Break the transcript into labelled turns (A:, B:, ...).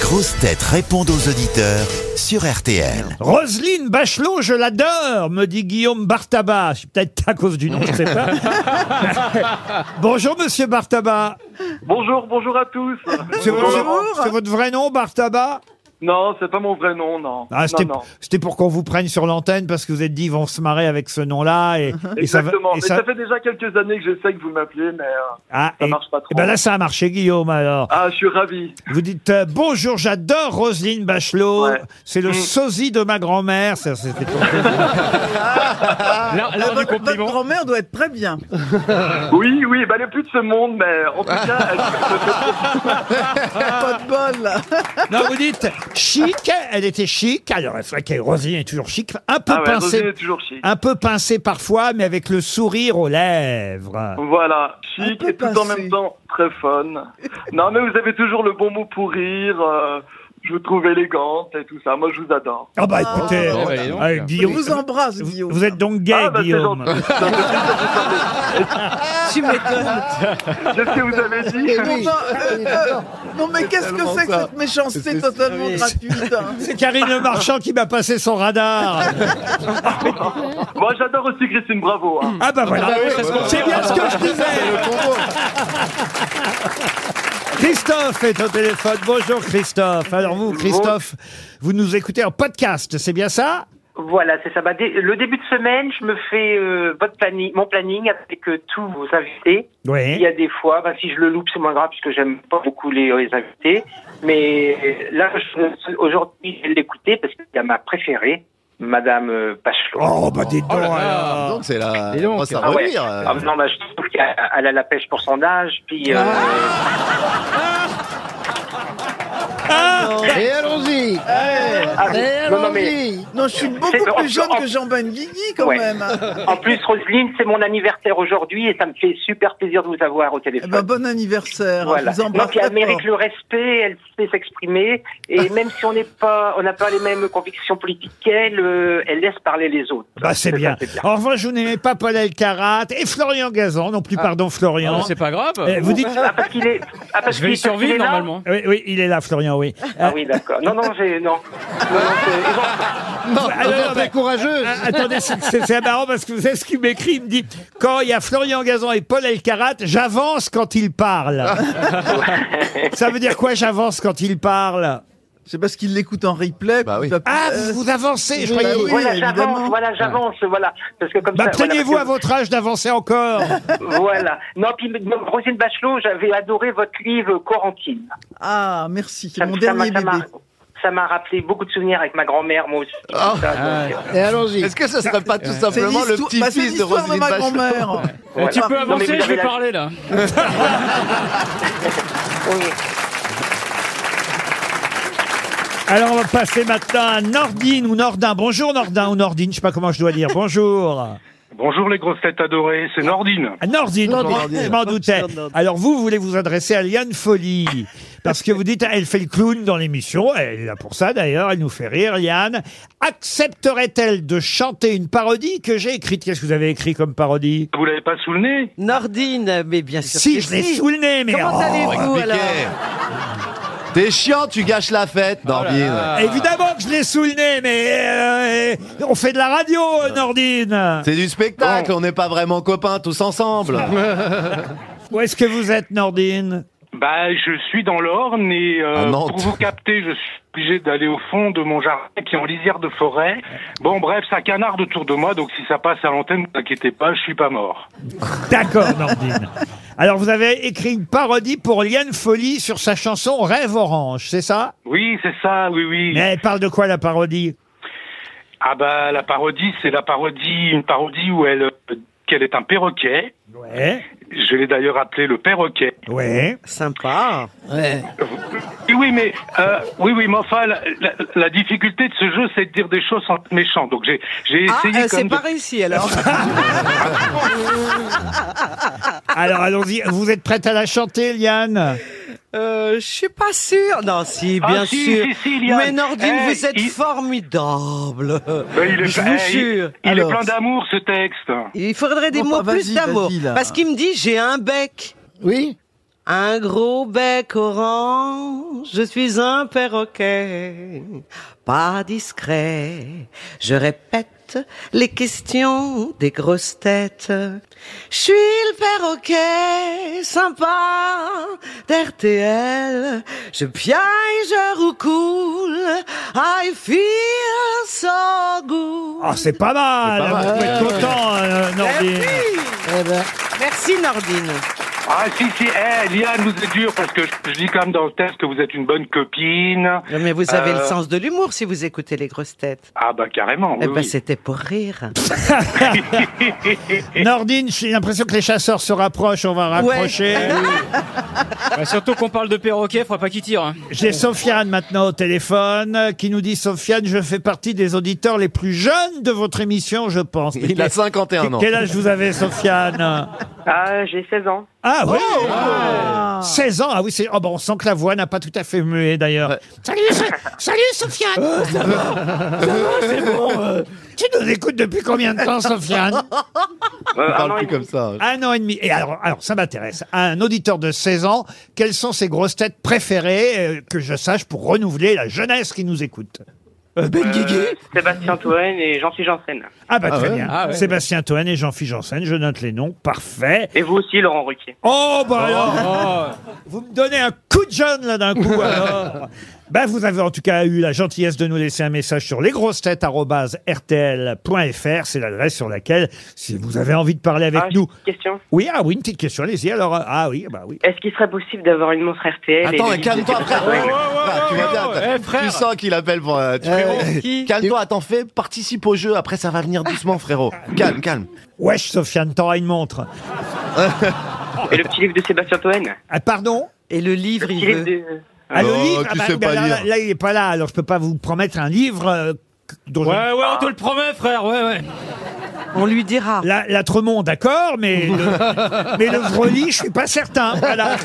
A: grosses têtes répondent aux auditeurs sur RTL.
B: Roselyne Bachelot, je l'adore, me dit Guillaume Bartaba. C'est peut-être à cause du nom, je sais pas. Bonjour, monsieur Bartaba.
C: Bonjour, bonjour à tous.
B: C'est votre, c'est votre vrai nom, Bartaba
C: Non, c'est pas mon vrai nom, non.
B: Ah, c'était,
C: non, non.
B: c'était pour qu'on vous prenne sur l'antenne parce que vous êtes dit, ils vont se marrer avec ce nom-là. Et, et ça va-
C: Exactement.
B: et
C: mais ça... fait déjà quelques années que j'essaie que vous m'appeliez, mais euh,
B: Ah,
C: ça
B: et-
C: marche pas trop.
B: et ben là, ça a marché, Guillaume, alors.
C: Ah, je suis ravi.
B: Vous dites euh, bonjour, j'adore Roselyne Bachelot.
C: Ouais.
B: C'est le
C: Mm.
B: sosie de ma grand-mère. Ça, c'était pour- Ah,
D: L'heure- l'heure du
E: Ah, Votre, votre
D: compliment.
E: grand-mère doit être très bien.
C: Oui, oui, bah, elle est plus de ce monde, mais en tout cas,
B: Ah.
C: elle me fait trop-
E: Pas de bol. là.
B: Non, vous dites chic. Elle était chic. Alors, c'est vrai que Roselyne est toujours chic. Un peu
C: Ah ouais,
B: pincée,
C: Rosine est toujours chic.
B: un peu pincée parfois, mais avec le sourire aux lèvres.
C: Oh. Voilà,
E: Un
C: chic
E: peu
C: et tout en
E: pincée.
C: même temps très fun. non, mais vous avez toujours le bon mot pour rire. euh, je vous trouve élégante et tout ça. Moi, je vous adore.
B: Ah bah écoutez,
D: bah, dis donc.
B: euh,
E: Je
B: Guillaume,
E: vous embrasse,
B: vous-
E: Guillaume.
B: vous êtes donc gay,
C: ah, bah, c'est
B: Guillaume.
C: gentil.
E: Ah, Tu m'étonnes.
F: Ah,
C: Qu'est-ce que vous avez dit
E: Non, euh, euh, non, mais qu'est-ce que c'est que cette méchanceté totalement gratuite hein
B: C'est Karine Le Marchand qui m'a passé son radar.
C: Moi, j'adore aussi Christine Bravo. hein.
B: Ah bah voilà, c'est bien ce que je disais. Christophe est au téléphone. Bonjour Christophe. Alors vous, Christophe, vous nous écoutez en podcast, c'est bien ça
F: Voilà, c'est ça. Bah, dé- le début de semaine, je me fais euh, votre planning, mon planning avec euh, tous vos invités. Il y
B: Oui.
F: a des fois, bah, si je le loupe, c'est moins grave puisque j'aime pas beaucoup les, euh, les invités. Mais euh, là, je- aujourd'hui, je vais l'écouter parce qu'il y a ma préférée, Madame euh, Bachelot.
B: Oh bah dites donc alors.
G: Donc c'est la
D: Dis donc.
G: brosse à
F: Ah ouais.
E: euh.
G: revenir.
F: Ah, non, bah, je trouve qu'elle elle a la pêche pour son âge. Puis, euh,
E: Ah,
G: Et allons-y
F: ah,
E: ben
G: Et
F: non, non, mais
G: allons-y
E: Non, je suis
F: C'est-
E: beaucoup
F: en-
E: plus jeune
F: en-
E: que Jean-Ben Guigui, quand
F: Ouais.
E: même.
F: en plus, Roselyne, c'est mon anniversaire aujourd'hui et ça me fait super plaisir de vous avoir au
E: Eh
F: téléphone.
E: ben, bon anniversaire.
F: Voilà.
E: Je vous embrasse
F: Donc elle
E: très fort.
F: mérite le respect, elle sait s'exprimer
E: Ah.
F: et même si on n'est pas, on n'a pas les mêmes convictions politiques qu'elle, euh, elle laisse parler les autres.
B: Bah c'est
F: Ça,
B: bien. En revanche, vous n'aimez pas Paul Elkarat et Florian Gazan, non plus, pardon Florian.
G: bah,
D: Ah, C'est pas grave.
B: Eh, vous dites...
F: Ah parce qu'il est, ah, parce
D: Je vais
F: qu'il-
D: y survivre
F: parce qu'il est là
D: normalement.
B: Oui, oui, il est là, Florian, oui.
F: Ah oui, d'accord. Non, non, j'ai, non. Non, non, c'est-
E: Ah
F: ils ont-
G: Non,
B: Alors,
G: vous êtes
B: ben-
G: très courageux
B: Ah, Attendez, c'est- c'est c'est marrant parce que vous savez ce qu'il m'écrit. Il me dit Quand il y a Florian Gazan et Paul Elkarat, j'avance quand il parle. Ça veut dire quoi, j'avance quand il parle
E: C'est parce qu'il l'écoute en replay.
G: Bah oui.
E: puis-
B: Ah,
E: euh,
B: vous, vous avancez, je
E: oui,
B: croyais.
E: bah oui.
F: voilà,
E: évidemment. Ah.
F: j'avance, voilà, j'avance, voilà. Parce que comme
B: Bah,
F: ça, voilà,
B: prenez-vous à
F: parce
B: votre âge d'avancer encore.
F: que- Voilà. Non, puis non, Rosine Bachelot, j'avais adoré votre livre Corentine.
E: Ah, merci. C'est
F: Ça
E: mon
F: ça m'a-
E: dernier
F: ça
E: bébé.
F: m'a- ça m'a rappelé beaucoup de souvenirs avec ma grand-mère, moi aussi. tout
G: Ah.
F: ça, donc, euh,
G: Et allons-y Est-ce que ce serait pas tout
E: C'est
G: simplement le
E: l'histoire bah, c'est
G: petit-fils de
E: l'histoire de
G: Roselyne
E: ma
G: Bachelot
E: grand-mère.
F: voilà.
D: Tu peux
F: Non, mais
D: avancer,
F: vous
D: je
F: avez
D: vais
F: la-
D: parler là.
F: Oui.
B: Alors, on va passer maintenant à Nordine ou Nordin. Bonjour, Nordin ou Nordine, je sais pas comment je dois dire. Bonjour.
H: Bonjour les grosses têtes adorées, c'est Nordine.
B: Ah, Nordine,
G: Nordine.
B: je m'en doutais. Alors, vous, vous voulez vous adresser à Liane Folly. Parce que vous dites, elle fait le clown dans l'émission. Elle est là pour ça, d'ailleurs. Elle nous fait rire, Liane. Accepterait-elle de chanter une parodie que j'ai écrite Qu'est-ce que vous avez écrit comme parodie
H: Vous l'avez pas sous le nez
I: Nordine, mais bien sûr.
B: Si,
I: que
B: je l'ai sous le nez, mais.
I: Comment
B: oh,
I: allez-vous alors
G: Piquet. T'es chiant, tu gâches la fête, Norbine
B: Évidemment que je l'ai sous le nez, mais euh, euh, on fait de la radio, euh, Nordine.
G: C'est du spectacle, on n'est pas vraiment copains tous ensemble
B: Où est-ce que vous êtes, Nordine
H: Bah, je suis dans l'Orne et euh,
G: À Nantes.
H: pour vous capter, je suis obligé d'aller au fond de mon jardin qui est en lisière de forêt. Bon, bref, ça canarde autour de moi, donc si ça passe à l'antenne, ne vous inquiétez pas, je suis pas mort.
B: D'accord, Nordine. Alors, vous avez écrit une parodie pour Liane Folly sur sa chanson Rêve Orange, c'est ça
H: Oui, c'est ça, oui, oui.
B: Mais elle parle de quoi la parodie
H: Ah bah, la parodie, c'est la parodie, une parodie où elle, euh, qu'elle est un perroquet.
B: Ouais.
H: Je l'ai d'ailleurs appelé le perroquet.
B: Ouais.
I: Sympa.
H: Oui, Euh, oui, mais euh, oui, oui, mais enfin, la, la- la difficulté de ce jeu, c'est de dire des choses sans être méchant. Donc j'ai, j'ai
I: Ah,
H: essayé
I: euh,
H: comme
I: c'est
H: de-
I: pas réussi alors.
B: Alors allons-y, vous êtes prête à la chanter, Liane
I: Euh, je suis pas sûr. Non, si, bien
H: Ah, si,
I: sûr.
H: si, si, Liane.
I: Mais Nordine,
H: Eh,
I: vous êtes
H: il-
I: formidable.
H: Ben, il est,
I: je
H: eh,
I: vous
H: il-
I: jure.
H: Il,
I: Alors,
H: est plein d'amour ce texte.
I: il faudrait des
E: Bon,
I: mots
E: bah,
I: plus
E: vas-y,
I: d'amour.
E: vas-y, là.
I: Parce qu'il me dit j'ai un bec.
G: Oui
I: Un gros bec orange, je suis un perroquet, pas discret. Je répète les questions des grosses têtes. Je suis le perroquet sympa d'RTL. Je piaille, je roucoule. I feel so good.
B: Ah, c'est pas mal.
G: C'est pas mal.
B: Vous êtes content, euh, Nordine.
I: Eh ben. Merci Nordine.
H: Ah si si, eh, Liane, vous êtes dur parce que je, je dis quand même dans le test que vous êtes une bonne copine.
I: Non, mais vous avez
H: Euh.
I: le sens de l'humour si vous écoutez les grosses têtes.
H: Ah bah carrément.
I: eh
H: oui,
I: ben,
H: oui.
I: c'était pour rire.
B: Nordine, j'ai l'impression que les chasseurs se rapprochent. On va raccrocher.
D: surtout qu'on parle de perroquet, faudra pas qu'il tire. hein.
B: J'ai Sofiane maintenant au téléphone euh, qui nous dit Sofiane, je fais partie des auditeurs les plus jeunes de votre émission, je pense. Mais
G: Il a
B: quel-
G: 51 ans.
B: Quel âge vous avez, Sofiane
F: Ah, j'ai 16 ans.
B: Ah oui 16 ans, ah oui, c'est. Oh, bah, on sent que la voix n'a pas tout à fait mué d'ailleurs. Salut, So- salut Sofiane Ça va, c'est bon. euh. Tu nous écoutes depuis combien de temps, Sofiane
F: Euh,
G: On parle plus comme ça.
B: Un an et demi. Et alors, alors ça m'intéresse. À un auditeur de 16 ans, quelles sont ses grosses têtes préférées euh, que je sache pour renouveler la jeunesse qui nous écoute
F: Euh, Sébastien Touraine et Jean-Philippe Janssen.
B: Ah bah très bien.
D: Ah ouais.
B: Sébastien Toen et Jean-Philippe Janssen, je note les noms. Parfait.
F: Et vous aussi, Laurent Ruquier.
B: Oh bah alors,
D: Oh,
B: vous me donnez un coup de jeune là d'un coup alors. Bah vous avez en tout cas eu la gentillesse de nous laisser un message sur lesgrossetêtes@rtl.fr, c'est l'adresse sur laquelle si vous avez envie de parler avec
F: Ah,
B: nous.
F: Question.
B: Oui, ah oui, une petite question, allez-y. Alors euh, ah oui, bah oui.
F: Est-ce qu'il serait possible d'avoir une montre RTL et
G: Attends,
F: le
G: mais
F: guide
G: calme-toi,
F: de
G: frère.
F: Sébastien Touraine
G: Ah, tu vas bien,
D: oh,
G: attends.
D: eh, frère.
G: Tu sens qu'il appelle pour. euh, tu-
I: Euh, qui
G: Calme-toi, attends, fais, participe au jeu, après ça va venir doucement, frérot. Calme, calme.
B: Wesh Sofiane, t'auras une montre.
F: Et le petit livre de Sébastien Touraine.
B: Ah pardon
I: Et le livre,
F: Petit
I: il
F: livre
I: veut.
F: de...
B: Ah, le
G: Oh,
B: livre,
G: tu
B: ah, bah,
G: sais
B: bah,
G: pas
B: là,
G: lire.
B: là, là, il est pas là, alors je peux pas vous promettre un livre euh, dont je-
D: Ouais, ouais, on te le promet, frère, ouais, ouais.
I: On lui dira.
B: La, la Tremont, d'accord, mais le, mais le Vreli, je suis pas certain. Voilà.